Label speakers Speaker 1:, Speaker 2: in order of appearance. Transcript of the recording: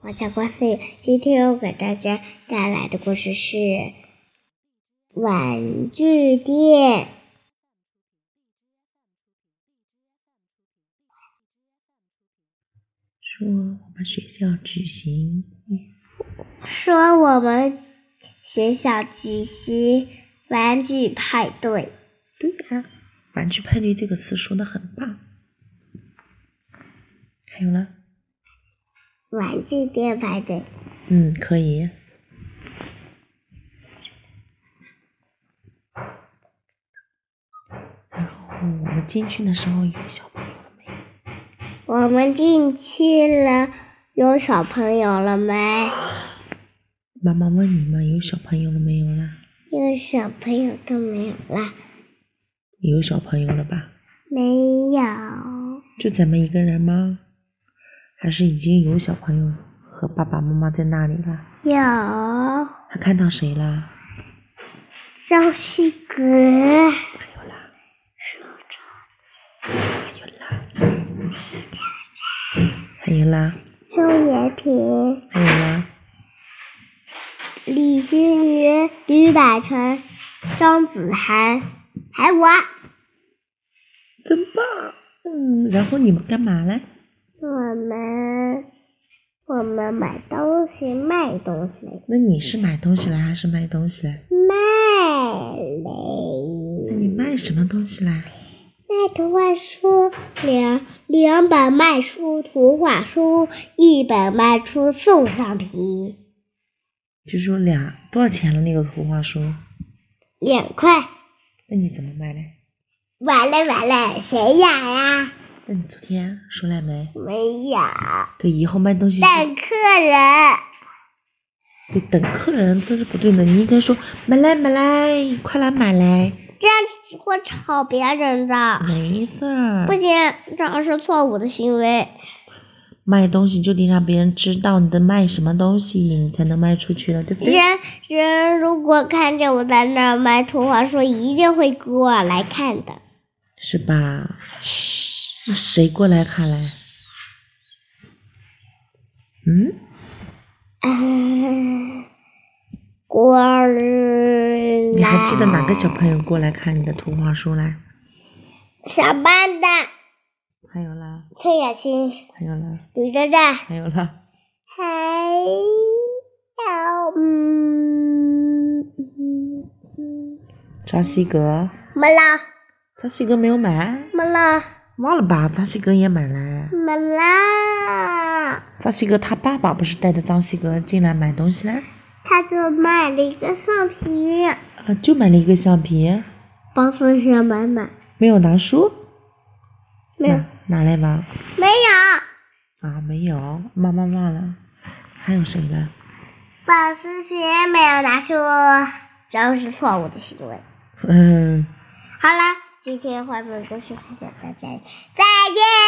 Speaker 1: 我叫郭思雨，今天我给大家带来的故事是《玩具店》。
Speaker 2: 说我们学校举行
Speaker 1: 说我们学校举行玩具派对，
Speaker 2: 对呀、玩具派对”这个词说的很棒。还有呢？
Speaker 1: 玩具店派对。
Speaker 2: 嗯，可以。然后我们进去的时候有小朋友了没？
Speaker 1: 我们进去了，有小朋友了没？
Speaker 2: 妈妈问你们有小朋友了没有啦？
Speaker 1: 一个小朋友都没有啦，
Speaker 2: 有小朋友了吧？
Speaker 1: 没有，
Speaker 2: 就咱们一个人吗？还是已经有小朋友和爸爸妈妈在那里了？
Speaker 1: 有
Speaker 2: 他看到谁啦？
Speaker 1: 赵西格。
Speaker 2: 还有啦，还有啦，还有啦，
Speaker 1: 周延平、
Speaker 2: 还有啦，
Speaker 1: 李星云、吕百成、张子涵，还有我。
Speaker 2: 真棒！嗯，然后你们干嘛嘞？
Speaker 1: 我们我们买东西卖东西
Speaker 2: 那你是买东西来还是卖东西来？
Speaker 1: 卖
Speaker 2: 那你
Speaker 1: 嘞，
Speaker 2: 卖什么东西来？
Speaker 1: 卖图画书两两本卖书图画书，一本卖出送橡皮，
Speaker 2: 就说俩多少钱了那个图画书？
Speaker 1: 两块。
Speaker 2: 那你怎么卖嘞？
Speaker 1: 完了完了，谁养呀？
Speaker 2: 那你昨天说了没？
Speaker 1: 没养，
Speaker 2: 对，以后卖东西
Speaker 1: 等客人。
Speaker 2: 对等客人，这是不对的。你应该说买来买来，快来买来，
Speaker 1: 这样会吵别人的，
Speaker 2: 没事儿
Speaker 1: 不。行，这样是错误的行为。
Speaker 2: 卖东西就得让别人知道你在卖什么东西，你才能卖出去了，对不对？
Speaker 1: 人人如果看见我在那儿卖图画书，一定会过来看的。
Speaker 2: 是吧？那谁过来看嘞？嗯，
Speaker 1: 过来，
Speaker 2: 你还记得哪个小朋友过来看你的图画书嘞？
Speaker 1: 小班的
Speaker 2: 还有啦，
Speaker 1: 崔雅欣、
Speaker 2: 还有啦，
Speaker 1: 吕珊珊，
Speaker 2: 还有啦，
Speaker 1: 还有嗯嗯嗯，
Speaker 2: 扎西格，
Speaker 1: 没了
Speaker 2: 扎西格没有买，
Speaker 1: 没了
Speaker 2: 忘了吧？扎西格也买了。
Speaker 1: 没了。
Speaker 2: 扎西格他爸爸不是带着扎西格进来买东西嘞？
Speaker 1: 他就卖了一个橡皮，
Speaker 2: 啊，就买了一个橡皮，
Speaker 1: 包风扇买买，嗯
Speaker 2: 没有拿书，
Speaker 1: 没有
Speaker 2: 拿拿来吧。
Speaker 1: 没有，
Speaker 2: 啊，没有，妈妈忘了，还有谁呢？
Speaker 1: 保时捷没有拿书，这样是错误的行为。
Speaker 2: 嗯。
Speaker 1: 好了，今天绘本故事分享到这里，再见。